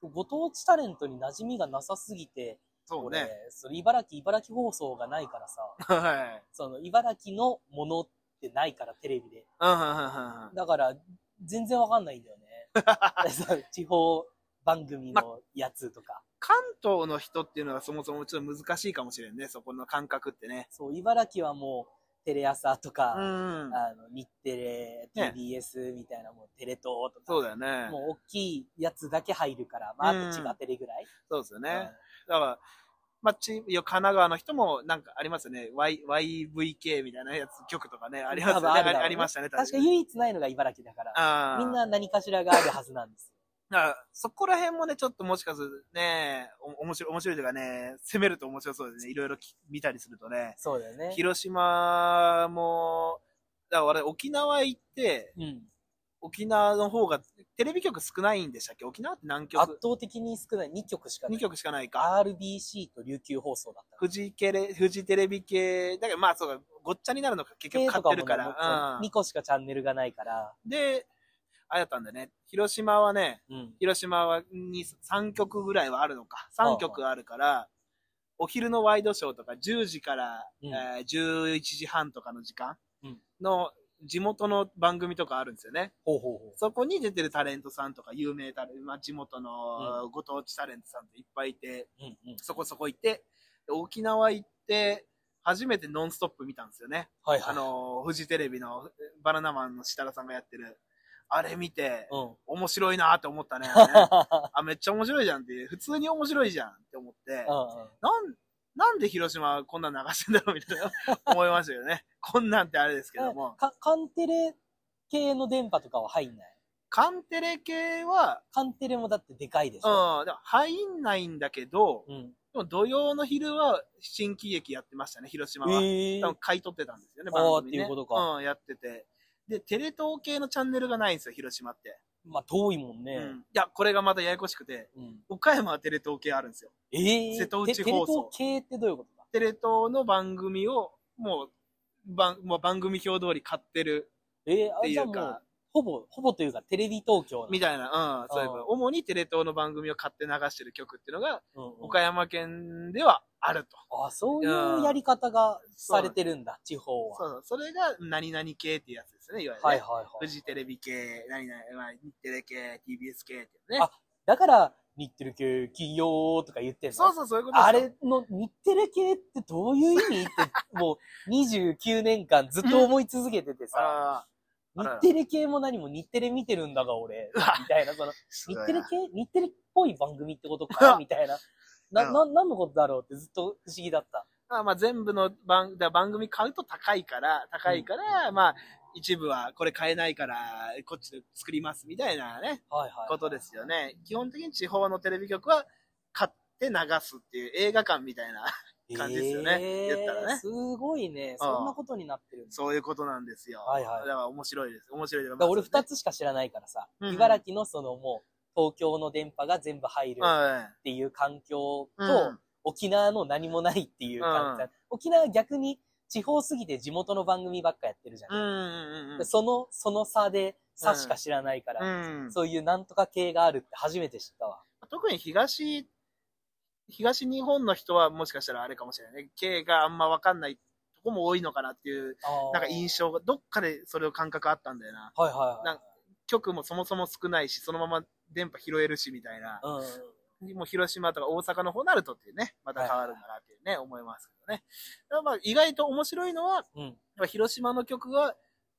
S2: ご当地タレントに馴染みがなさすぎて、
S1: そう
S2: 俺
S1: ね。
S2: それ茨城、茨城放送がないか らさ、
S1: はい。
S2: その茨城のものってないからテレビで。
S1: うんうんうんうんうん。
S2: だから、 全然わかんないんだよね。地方番組のやつとか。
S1: 関東の人っていうのはそもそもちょっと難しいかもしれんね、そこの感覚ってね。
S2: そう、茨城はもう、テレ朝と
S1: う
S2: か、
S1: ん。
S2: あの、日テレ、
S1: ね
S2: TBS みたいな、もうテレ東とか、
S1: そうだよね。
S2: もう大きいやつだけ入るから、まあ、
S1: うん
S2: あと千葉テレぐらい。
S1: そうですよね。だから、まあ、ち、よ、神奈川の人もなんかありますよね。Y、YVK みたいなやつ、曲とかね、ありますよね。
S2: あ
S1: あ
S2: るある
S1: り
S2: ある
S1: ありましたね、
S2: うん確かに唯一ないのが茨城だから、
S1: ああ。
S2: みんな何かしらがあるはずなんですよ。
S1: だからそこら辺もね、ちょっともしかするとね、お面白い、面白いというかね、攻めると面白そうですね。いろいろき見たりするとね。
S2: そうだよね。
S1: 広島も、だから俺沖縄行って、
S2: うん。
S1: 沖縄の方がテレビ局少ないんでしたっけ沖縄って何
S2: 圧
S1: 局
S2: 倒的に少ない。2曲しかな
S1: ?2
S2: い。
S1: 局しかないか。
S2: RBC と琉球放送だったか
S1: 富士テレ、富士テレビ系、だけどまあそうか、ごっちゃになるのか結局買ってるからら。うん
S2: 2個しかチャンネルがないから、
S1: で、あれだったんだよね。広島はね、
S2: うん。
S1: 広島はに3曲ぐらいはあるのか。3曲あるから、お昼のワイドショーとか10時から、
S2: うん
S1: えー11時半とかの時間
S2: うん
S1: の地元の番組とかあるんですよね。
S2: ほうほうほう。
S1: そこに出てるタレントさんとか有名タレント、まあ、地元のご当地タレントさんっていっぱいいて、
S2: うんうん。
S1: そこそこいて、で沖縄行って、初めてノンストップ見たんですよね。
S2: はいはい。
S1: あ、の、フジテレビのバナナマンの設楽さんがやってる。あれ見て、
S2: うん。
S1: 面白いなって思 ったね。あ、めっちゃ面白いじゃんって、普通に面白いじゃんって思って、
S2: うんうん
S1: なん、なんで広島はこんなん流してんだろうみたいな 思いましたよね。こんなんってあれですけども。
S2: か、カンテレ系の電波とかは入んない。
S1: カンテレ系は、
S2: カンテレもだってでかいでしょ。
S1: うん、でも入んないんだけど、
S2: うん。
S1: でも土曜の昼は新喜劇やってましたね、広島は。
S2: ええ
S1: 多分買い取ってたんですよね、
S2: あー
S1: 番組、ね。
S2: っていうことか
S1: うん、やってて。で、テレ東系のチャンネルがないんですよ、広島って。
S2: まあ遠いもん
S1: う
S2: ね
S1: ん。。いや、これがまたややこしくて、
S2: うん。
S1: 岡山はテレ東系あるんですよ。
S2: ええ
S1: 瀬戸内
S2: テテレ
S1: 放
S2: 東
S1: 送
S2: 系ってどういうことか
S1: テレ東の番組を、もう、番、もう番組表通り買ってる
S2: ええ
S1: っ
S2: あ、
S1: てい
S2: じゃあ
S1: う
S2: もう
S1: か、、
S2: ほぼ、ほぼというかテレビ東京
S1: み
S2: い
S1: たいな、うん、そういえ
S2: あー
S1: ば、主にテレ東の番組を買って流してる曲っていうのが、
S2: な。うんうん
S1: 岡山県ではあると。
S2: あ、そういうやり方がされてるんだ、地方
S1: そ
S2: は。
S1: うそう、それが何々系っていうやつですね、いわゆるね、
S2: はいはいは
S1: フ
S2: い。
S1: ジテレビ系、何々、まあ、日テレ系、TBS 系っていうね。
S2: あだから、日テレ系、金曜とか言ってるの
S1: そうそう、そういうことです
S2: あれの日テレ系ってどういう意味って、もう29年間ずっと思い続けててさ、
S1: ああ
S2: 日
S1: ら
S2: テレ系も何も日テレ見てるんだが俺、
S1: うわ
S2: みたいな、その、日
S1: ー
S2: テレ系日テレっぽい番組ってことかみたいな。な、
S1: うん
S2: な、何のことだろうってずっと不思議だった。
S1: まあまあ全部の番、だから番組買うと高いから、高いから、まあ、一部はこれ買えないから、こっちで作りますみたいなね、
S2: はいはい。
S1: ことですよね。基本的に地方のテレビ局は買って流すっていう映画館みたいな、 感じですよね
S2: えー
S1: 言ったらね
S2: すごいね。そんなことになってるんだ。
S1: そういうことなんですよ。
S2: はいはい
S1: だから面白いです。面白いです。
S2: だから俺二
S1: つ。
S2: つしか知らないからさ、
S1: うんうん
S2: 茨城のそのもう、東京の電波が全部入るっ
S1: は
S2: ていう環境
S1: い。
S2: と、
S1: うん
S2: 沖縄の何もないっていう感じだ、
S1: う
S2: 沖縄は逆に地方すぎて地元の番組ばっかやってるじゃん
S1: う。んうんうん。
S2: その、その差で差しか知らないから、
S1: うん
S2: そういうなんとか系があるって初めて知ったわ。
S1: 特に東、東日本の人はもしかしたらあれかもしれないね。K があんまわかんないとこも多いのかなっていう、なんか印
S2: 象。
S1: 象が、どっかでそれを感覚あったんだよな。
S2: はいはいはい。
S1: 曲もそもそも少ないし、そのまま電波拾えるしみたいな。
S2: うん。
S1: もう広島とか大阪の方になるとっていうね、また変わるんだなっていうね、思いますけどね。だからまあ意外と面白いのは、
S2: うん。
S1: まあ広島の曲は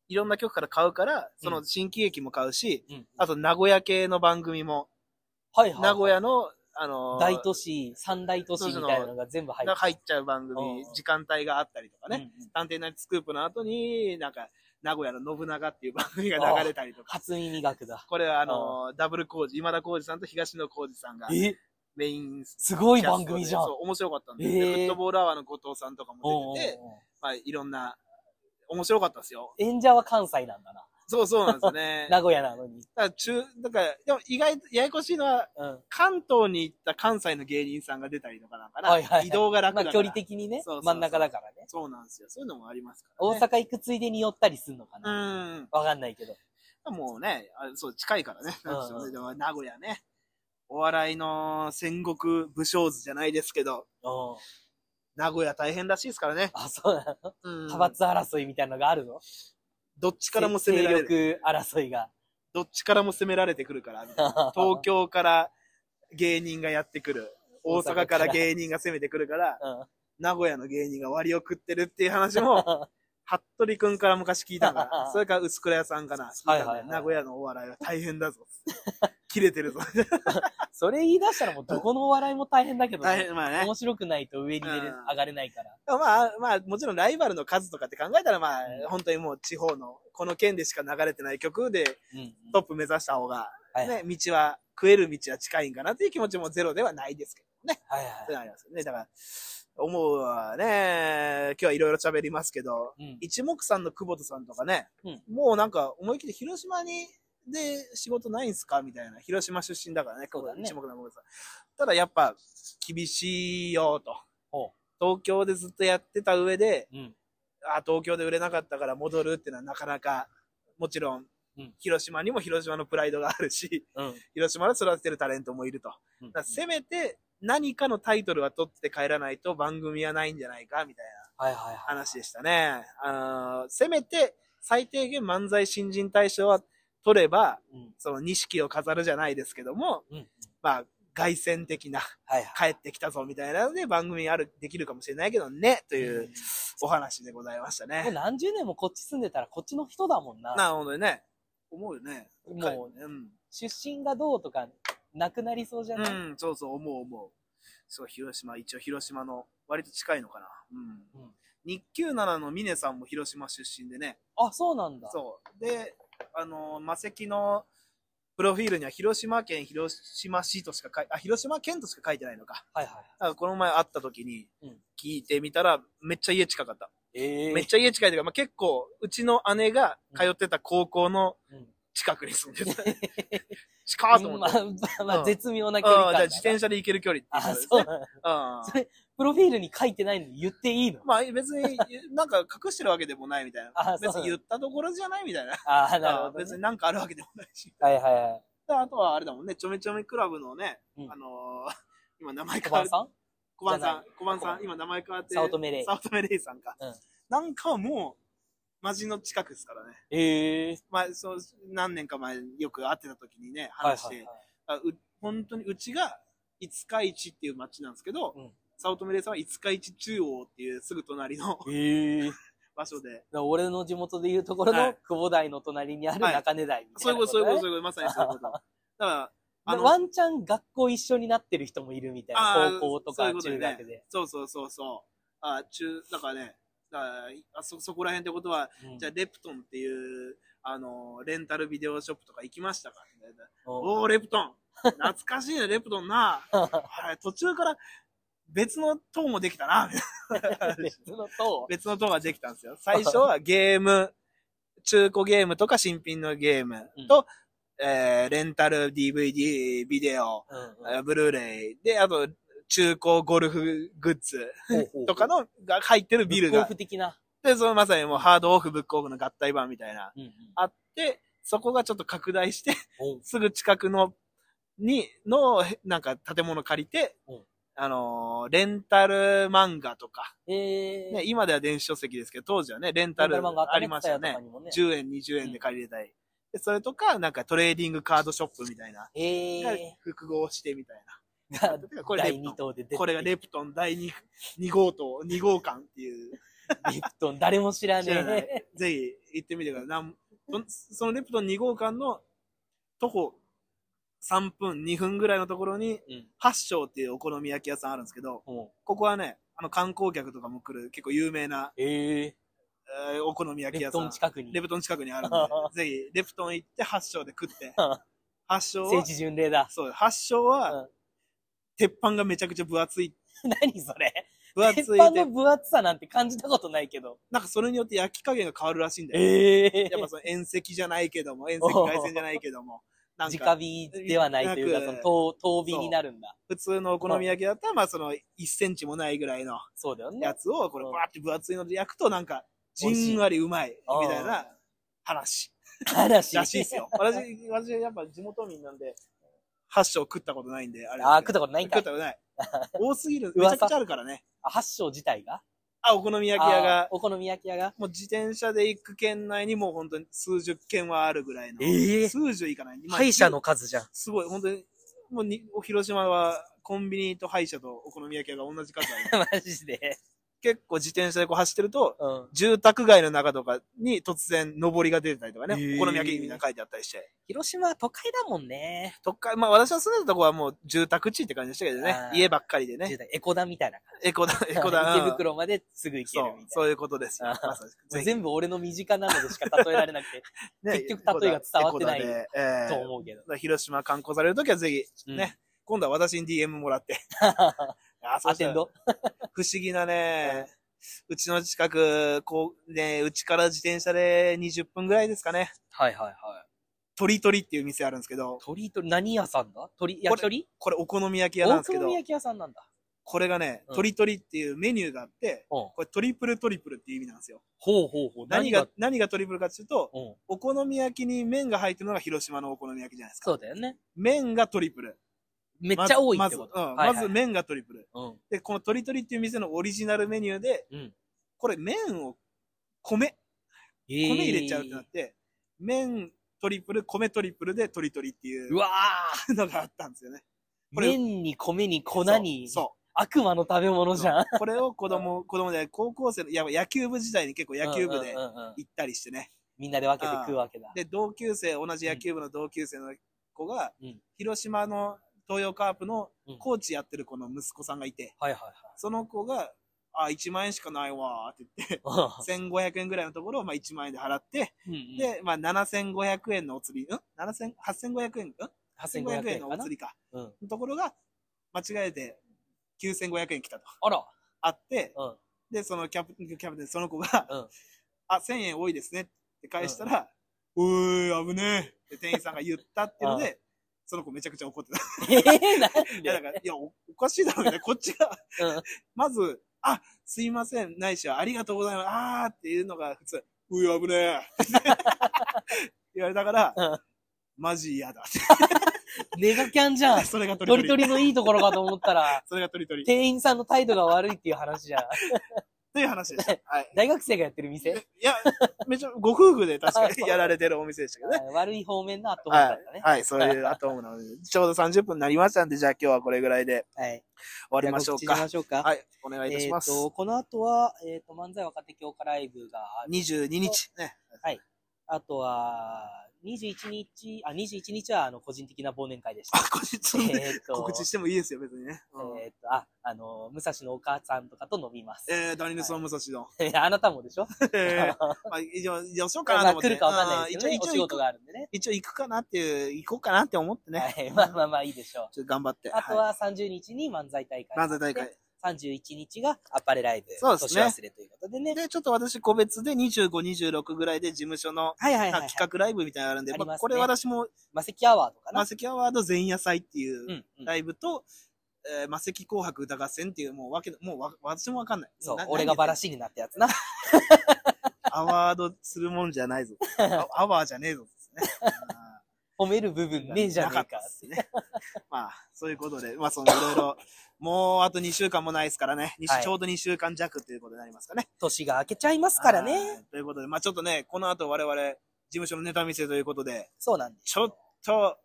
S1: いろんな曲から買うから、そうの
S2: ん
S1: 新喜劇も買うし、
S2: うん。
S1: あと名古屋系の番組も、
S2: はいはい。
S1: 名古屋の、あのー
S2: 大都市、三大都市みたいなのが全部入って
S1: が
S2: る。
S1: 入っちゃう番
S2: うん
S1: 組、時間帯があったりとか
S2: うんう
S1: ね、
S2: ん。
S1: 探偵ナイトスクープの後に、なんか、名古屋の信長っていう番組が流れたりとか、
S2: 初耳学だ。
S1: これはあのーダブル工事、今田工事さんと東野工事さんが
S2: え、
S1: メイン
S2: すごい
S1: キャストで
S2: 番組じゃん。
S1: そう、面白かったんです
S2: へ
S1: よ
S2: ー
S1: でフットボールアワーの後藤さんとかも出てて、
S2: うんうんうん
S1: まあ、いろんな、面白かったですよ。
S2: 演者は関西なんだな。
S1: そうそうなんですよね。だ
S2: 名古 屋なのに。
S1: から中、だから、でも意外と、ややこしいのは、
S2: うん。
S1: 関東に行った関西の芸人さんが出たりとかなんかな。
S2: はいはいはい
S1: 移動が楽
S2: ま
S1: だ
S2: あ
S1: から。
S2: 距離的にね
S1: そうそうそ、う
S2: 真ん中だからね。
S1: そうなんですよ。そういうのもありますから、
S2: 大
S1: ね。
S2: 阪行くついでに寄ったりすんのかな
S1: 阪。
S2: わかんないけど。
S1: うん。もうね、あそう、近いからね。
S2: うん
S1: なんでしょうねでも名古屋ね。お笑いの戦国武将図じゃないですけど、
S2: うん。
S1: 名古屋大変らしいですからね。
S2: あ、そうなの
S1: うん。
S2: 派閥争いみたいなのがあるの
S1: どっちからも攻められる。
S2: 勢力争いが。
S1: どっちからも攻められてくるから、みたいな東京から芸人がやってくる。大阪から芸人が攻めてくるから、名古屋の芸人が割を食ってるっていう話 も、服部くんから昔聞いたから、それから薄倉屋さんかな、聞いたんだよ
S2: はいはいはい
S1: 名古屋のお笑いは大変だ ぞ。切れてるぞ。
S2: それ言い出したらもうどこのお笑いも 大変だけどね、
S1: 大変、まあね。
S2: 面白くないと上に出れ
S1: うん
S2: 上がれないから。
S1: まあ、まあ、もちろんライバルの数とかって考えたら、まあ
S2: う、ん
S1: 本当にもう地方の、この県でしか流れてない曲で
S2: うんうん
S1: トップ目指した方が、
S2: はいはい
S1: ね、道は、食える道は近いんかなっていう気持ちもゼロではないですけどね。
S2: はい
S1: そ
S2: は
S1: れ
S2: い。
S1: はありますよね。だから、思うはね、今日はいろいろ喋りますけど、
S2: うん
S1: 一目散の久保田さんとかね、
S2: うん
S1: もうなんか思い切り広島に、で、仕事ないんすかみたいな。広島出身だからね、
S2: そうだね
S1: 一目散の久保田さん。ただやっぱ、厳しいよ、と。
S2: ほ
S1: 東京でずっとやってた上で、
S2: ううん
S1: あ東京で売れなかったから戻るってのはなかなか、もちろん
S2: うん、
S1: 広島にも広島のプライドがあるし、
S2: うん
S1: 広島で育ててるタレントもいると。
S2: うん
S1: だからせめて何かのタイトルは取って帰らないと番組はないんじゃないかみたい
S2: はいはいはい。
S1: な話でしたね。あーせめて最低限漫才新人大賞は取れば、
S2: うん
S1: その錦を飾るじゃないですけども、
S2: うん
S1: まあ、凱旋的な、
S2: はいはい。
S1: 帰ってきたぞみたいなので番組ある、できるかもしれないけどね、というお話でございました
S2: もう
S1: ね。
S2: 何十年もこっち住んでたらこっちの人だもんな。
S1: なるほどね。思うよね。
S2: もう
S1: うん。
S2: 出身がどうとかなくなりそうじゃない、
S1: うん、そうそう、思う思う。そう、広島、一応広島の、割と近いのかな。うん。
S2: うん
S1: 日給7の峰さんも広島出身でね。
S2: あ、そうなんだ。
S1: そう。で、あのー、魔石の、プロフィールには広島県広島市としか書い、あ、広島県としか書いてないのか。
S2: はいはい。
S1: だからこの前会った時に
S2: うん、
S1: 聞いてみたら、めっちゃ家近かった。
S2: え
S1: めっちゃ家近いというか、まあ、結構、うちの姉が通ってた高校の
S2: うん
S1: 近くに住んで た。近っと思
S2: ま
S1: っ
S2: あ
S1: て。、
S2: まあ
S1: うん
S2: 絶妙な距離
S1: ああ、じゃ
S2: 感だ
S1: あ
S2: な。
S1: 自転車で行ける距離っていうこ
S2: あ、
S1: とです
S2: そう
S1: ね。
S2: なんだ。
S1: あ
S2: それ、プロフィールに書いてないのに言っていいの
S1: まあ別に、なんか隠してるわけでもないみたいな。
S2: あ、そう
S1: 別
S2: なん
S1: に
S2: だ
S1: 言ったところじゃないみたいな。
S2: あー、なるほどね、
S1: 別になんかあるわけでもないし。
S2: はいはいはい。
S1: であとはあれだもんね、ちょめちょめクラブのね、
S2: うん
S1: あのー 今名前
S2: 小
S1: 変わ
S2: 判
S1: る。
S2: さん
S1: 小判さ、
S2: じゃなん
S1: 小判
S2: 小
S1: さ
S2: 判
S1: ん、今名前変わって。
S2: 早乙女レイ
S1: 早乙女レイさんか。
S2: うん
S1: なんかはもう、マジの近くですからね。
S2: ええ
S1: まあ、そう、何年か前よく会ってた時にね、
S2: はい
S1: 話し
S2: は
S1: て、
S2: いはい。
S1: あう本当にうちが五日市っていう町なんですけど、
S2: うん
S1: 早乙女レイさんは五日市中央っていうすぐ隣の
S2: ええ
S1: 場所で、
S2: 俺の地元でいうところ
S1: は
S2: の
S1: い
S2: 久保台の隣にある
S1: はい
S2: 中根台みた
S1: そう
S2: い
S1: いう
S2: な
S1: こと、そういうこと、そ
S2: ね
S1: ういうこと、まさにそういう こと。だから、あ
S2: で
S1: の、
S2: ワンチャン学校一緒になってる人もいるみたい
S1: あ
S2: な
S1: ー。
S2: 高校と
S1: そうい
S2: か
S1: うこと
S2: 中
S1: ね
S2: 学で。
S1: そうそうそうそう。あ中、だからね、だからいあそ、そこら辺ってことは、
S2: うん
S1: じゃあ、レプトンっていう、あの、レンタルビデオショップとか行きましたかみたいな
S2: うん
S1: おー、レプトン。懐かしいね、レプトンな。あれ、途中から別の塔もできたな。みたいな
S2: 別のと、
S1: 別の塔ができたんですよ。最初はゲーム、中古ゲームとか新品のゲームと、えーレンタル DVD、ビデオ、
S2: うん
S1: えーブルーレイ、で、あと、中古ゴルフグッズ
S2: うん
S1: とかのが入ってるビル
S2: ブックオ
S1: が
S2: フ、的な。
S1: で、そのまさにもうハードオフ、ブックオフの合体版みたいな、
S2: うんうん
S1: あって、そこがちょっと拡大して、
S2: お
S1: すぐ近くの、に、の、なんか建物借りて
S2: うん、
S1: あのーレンタル漫画とか、
S2: ええ
S1: ね、今では電子書籍ですけど、当時はね、レン
S2: レ
S1: タ
S2: ンタ
S1: ル
S2: ル漫画
S1: ありましたよ
S2: と
S1: ね
S2: か。にもね。
S1: 10円、20円で借りれたり。でそれとか、なんかトレーディングカードショップみたいな。
S2: ええ
S1: 複合してみたい
S2: が
S1: な。 これレ
S2: 第
S1: プト
S2: 2
S1: ン
S2: 棟で出て
S1: これが レプトン第 2, 2号棟、2号館っていう。
S2: リプトン、誰も知ら
S1: 知らな
S2: ね
S1: いぜひ行ってみてください。なんどんそのレプトン2号館の徒歩3分、2分ぐらいのところに、
S2: え。うん
S1: 八章っていうお好み焼き屋さんあるんですけど、
S2: うん
S1: ここはね、あの観光客とかも来る結構有名な、
S2: ええ。
S1: えーお好み焼き
S2: レプ
S1: 屋さん。
S2: トン近くに。
S1: レプトン近くにあるんで、ぜひ、レプトン行って発祥で食って。発祥は
S2: 政、治巡礼だ。
S1: そう、発祥
S2: う
S1: は
S2: ん、
S1: 鉄板がめちゃくちゃ分厚い。
S2: 何それ
S1: 分厚い
S2: 鉄板
S1: で
S2: の、分厚さなんて感じたことないけど。
S1: なんかそれによって焼き加減が変わるらしいんだよ。
S2: ええ
S1: やっぱその遠赤じゃないけども、遠赤外線じゃないけども、なん
S2: 直
S1: か、
S2: 火ではないというか、そ
S1: なんか
S2: の遠遠火になるんだ。
S1: 普通のお好み焼きだったら、まあその1センチもないぐらいの
S2: そうだよね
S1: や。つを、これ
S2: うん
S1: バーって分厚いので焼くと、なんか、
S2: 美
S1: じ
S2: 味しい
S1: んわりうまい、
S2: うん
S1: みたいな話
S2: 嵐。
S1: らしいです よ。私、私やっぱ地元民なんで、発祥食ったことないんで、あれ。
S2: あー、食ったことないん
S1: 食
S2: か
S1: っ
S2: い
S1: た。こと ない。多すぎる。めち
S2: 噂
S1: ゃくちゃあるからね。
S2: あ八章自体が
S1: あ、お好み焼き屋
S2: あー
S1: が、
S2: お好み焼き屋が
S1: もう自転車で行く県内にもう本当に数十軒はあるぐらいの。
S2: ええ
S1: 数十いかない。まあ
S2: 歯医者の数じゃん。
S1: すごい、本当に、もうに、広島はコンビニと歯医者とお好み焼き屋が同じ数あります。
S2: マジで。
S1: 結構自転車でこう走ってると、
S2: うん。
S1: 住宅街の中とかに突然上りが出てたりとかね、
S2: へー
S1: お好み焼きみたいなの書いてあったりして。
S2: 広島は都会だもんね。
S1: とか、まあ私が住んでたとこはもう住宅地って感じでしたけどね
S2: あ、ー
S1: 家ばっかりでね、
S2: 10代エコダみたいな。
S1: エコだ、エコだ。
S2: 池
S1: うん
S2: 袋まですぐ行け
S1: そ
S2: る
S1: う
S2: み、たい
S1: そういうことですよ。
S2: あー
S1: まさしく
S2: な。
S1: ぜひ
S2: 全部俺の身近なのでしか例えられなくて、
S1: ね
S2: 結局例えが伝わってない
S1: エコだ でえー
S2: と思うけど。
S1: だから広島観光されるときはぜひ、
S2: うん
S1: ね。今度は私に DM もら って。あそ
S2: ア
S1: うした
S2: テ
S1: ら
S2: ンド
S1: 不思議なね、うちの近く、こう、ね、うちから自転車で20分ぐらいですかね。
S2: はいはいはい。
S1: 鳥鳥っていう店あるんですけど、
S2: 鳥鳥、何屋さんだ鳥、焼き鳥
S1: これお好み焼き屋なん
S2: 大
S1: ですけ
S2: 久
S1: ど
S2: 保、焼き屋さんなんだ。
S1: これがね
S2: う、ん
S1: 鳥鳥っていうメニューがあって、
S2: うん。
S1: これトリプルトリプルっていう意味なんですよ。
S2: ほうほうほう。
S1: 何が、何がトリプルかっていうと、
S2: うん。
S1: お好み焼きに麺が入ってるのが広島のお好み焼きじゃないですか。
S2: そうだよね。
S1: 麺がトリプル。
S2: めっちゃ多い
S1: ま
S2: っ
S1: ず
S2: て
S1: ま
S2: こ
S1: ず
S2: と。
S1: うん
S2: はいはい
S1: まず麺がトリプル。
S2: うん。
S1: で、この鳥鳥っていう店のオリジナルメニューで、
S2: うん。
S1: これ麺を、米、
S2: え
S1: 米入れちゃうってなって、麺トリプル、米トリプルで鳥鳥っていうう
S2: わ
S1: のがあったんですよね。
S2: ー
S1: これ
S2: 麺に米に粉に
S1: そう。
S2: 悪魔の食べ物じゃん。
S1: そうこれを子 供、子供で、高校生の、いや、野球部時代に結構野球部で
S2: うんうんうんうん
S1: 行ったりしてね。
S2: みんなで分けて食うわけだ。
S1: で、同級生、同じ野球部の同級生の子が、
S2: うん
S1: 広島の東洋カープの
S2: うん
S1: コーチやってる子の息子さんがいて、
S2: はいは
S1: その子が、あ、1万円しかないわーって言って、
S2: いは
S1: 1500円ぐらいのところを、まあ、1万円で払って、
S2: い。うんうん、
S1: で、まあ、7500円のお釣り、うん ?7000、8500円、うん
S2: 8500
S1: ?8500 円
S2: 円
S1: の
S2: か
S1: お
S2: な
S1: 釣。りか。
S2: うん、
S1: のところが、間違えて9500円来たと。
S2: あら、
S1: あって、
S2: うん
S1: で、そのキャプキャプテン、その子が、
S2: うん
S1: あ、1000円多いですねって返したら、おーい、危ねえって店員さんが言ったって いうので、その子めちゃくちゃ怒ってた。い
S2: えー、な ん
S1: や、だ
S2: で、
S1: から、いや、おおかしいだろうね。こっちが、
S2: うん、
S1: まず、あ、すいません、ないしは、ありがとうございます、あーっていうのが普通、うーい、危ねえ言われたから、
S2: うん
S1: マジ嫌だって。。
S2: ネガキャンじゃん
S1: それがトリ
S2: 鳥
S1: トリ。
S2: 鳥のいいところかと思ったら、
S1: それがトリトリ。っ
S2: 店員さんの態度が悪いっていう話じゃん。
S1: ていう話でした。はい。
S2: 大学生がやってる 店
S1: えいや、めちゃ、ご夫婦で確かにやられてるお店でしたけどね。
S2: あー悪い方面の後方だ
S1: は
S2: ったね
S1: い。。はい、そういうアトムなので、ちょうど30分になりましたんで、じゃあ今日はこれぐらいで
S2: はい。
S1: 終わりましょう
S2: じゃ
S1: か。
S2: あ告知しましょうか。
S1: はい、お願いいたします
S2: えっ、。と、この後は、えっ、と、漫才若手強化ライブがある。
S1: 22日、ね。
S2: あとは、21日、あ、21日は、あの、個人的な忘年会でした
S1: あ。、こっち、
S2: えっと、
S1: 告知してもいいですよ、別にね。うん
S2: えーっと、あ、あの、武蔵のお母さんとかと飲みます。
S1: えー、ダニエルソン・ムサシの。
S2: あなたもでしょ、
S1: えー、まあ、一応、予想かな
S2: ま
S1: と
S2: あ
S1: 思って。
S2: 来るかわかんないですけどね。
S1: うん
S2: お
S1: 一応、
S2: 仕
S1: 一応行
S2: 事
S1: く、
S2: があるんでね。
S1: 一応行くかなっていう、行こうかなって思ってね。
S2: はい。まあまあまあいいでしょう。
S1: ちょっと頑張って。
S2: あと
S1: い、
S2: は30日に漫才大会。
S1: 漫才大会。。
S2: 31日がアパレライブ。
S1: そうですね
S2: 年忘れということでね。
S1: で、ちょっと私個別で25、26ぐらいで事務所の
S2: はいはいは
S1: な
S2: い、
S1: ん
S2: は
S1: か
S2: い。
S1: 企画ライブみたいなのあるんで、
S2: ありますね
S1: まあこれ私も、
S2: マセキアワーとかな。、
S1: マセキアワード前夜祭っていううん
S2: うん。
S1: ライブと、えーマセキ紅白歌合戦っていう、もうわけの、もうわ私もわかんない。
S2: そう
S1: な、
S2: 俺がバ ラ。
S1: 何
S2: シになったやつな。
S1: アワードするもんじゃない ぞ。あアワーじゃねえぞ。ですねあ
S2: 褒める部分
S1: ー
S2: ねえじゃねえ
S1: な
S2: か
S1: っ。たっすね。 まあ、そういうことで、まあ、その、いろいろ、 もうあと2週間もないですからね。にし
S2: はい
S1: ちょうど2週間弱ということになりますかね。
S2: 年が明けちゃいますからね。
S1: はい。ということで、まあちょっとね、この後我々、事務所のネタ見せということで、
S2: そうなんです。
S1: ちょっと、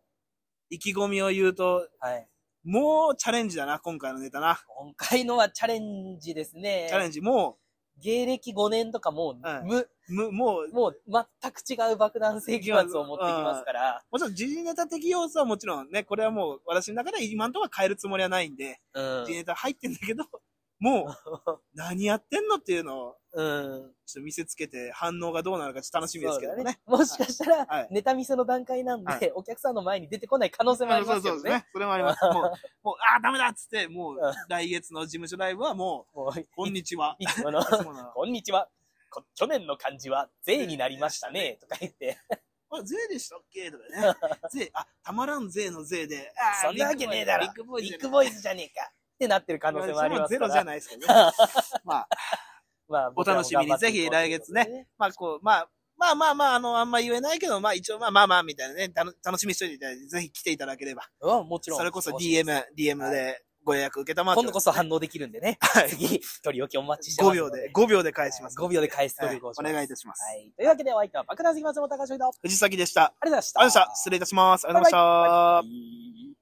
S1: 意気込みを言うと、
S2: はい。
S1: もうチャレンジだな、今回のネタな。
S2: 今回のはチャレンジですね。
S1: チャレンジ、も
S2: 芸歴5年とかもう、
S1: はい
S2: む、
S1: う、む、もう、
S2: もう全く違う爆弾性期末を持ってきますから、
S1: もちろん時事ネタ的要素はもちろんね、これはもう私の中では今んとこは変えるつもりはないんで、
S2: うん
S1: 時事ネタ入ってんだけど、もう、何やってんの っていうのを、
S2: うん。
S1: ちょっと見せつけて反応がどうなるかちょっと楽しみですけどね。
S2: そうだもしかしたら、
S1: はい
S2: ネタ見せの段階なんで、
S1: はい
S2: お客さんの前に出てこない可能性もあり
S1: そ
S2: ま
S1: う
S2: すけ
S1: そ
S2: ど
S1: うです
S2: ね。
S1: ね。それもあり ます。もう、もうあーダメだっつって、もう
S2: うん
S1: 来月の事務所ライブはも
S2: もう
S1: う、こん
S2: い
S1: にち は。
S2: いつもの、
S1: いつもの
S2: こんにちは。こ去年の漢字は、税になりましたね、とか言って、
S1: あ、税でしたっけと かね。税、あ、たまらん税の税で。あー
S2: そんなわけねえだろ
S1: ビッグボーイ
S2: ビ
S1: ズ
S2: ッグボーイズじゃねえか、ってなってる可能性もありますか
S1: ゼロ
S2: ら。
S1: じゃないですけどね。まあ、
S2: まあ、
S1: お楽しみにぜひ来月ね
S2: ね。
S1: まあ、こう、まあ、まあまあまあ、あの、あんま言えないけど、まあ一応まあまあまあ、みたいなね、たの楽しみにしといていただいて、ぜひ来ていただければ。
S2: うん、もちろん。
S1: それこそ
S2: 欲しいです
S1: DM、DM でご予約受けたまっており
S2: 今度
S1: ま
S2: こ
S1: す。
S2: そ反応できるんでね。
S1: はい
S2: 次、取り置きお待ちしてま
S1: 5
S2: す
S1: 秒
S2: ので。
S1: で、5秒で返します。
S2: 5秒で返すというご
S1: はいお願いいたします。
S2: はい。というわけで、お相手は爆弾好き松本隆史と、ありがとう
S1: 藤崎でした。
S2: ございました。
S1: ありがとうございました。失礼いたします。ありがとうございました。
S2: バイバイ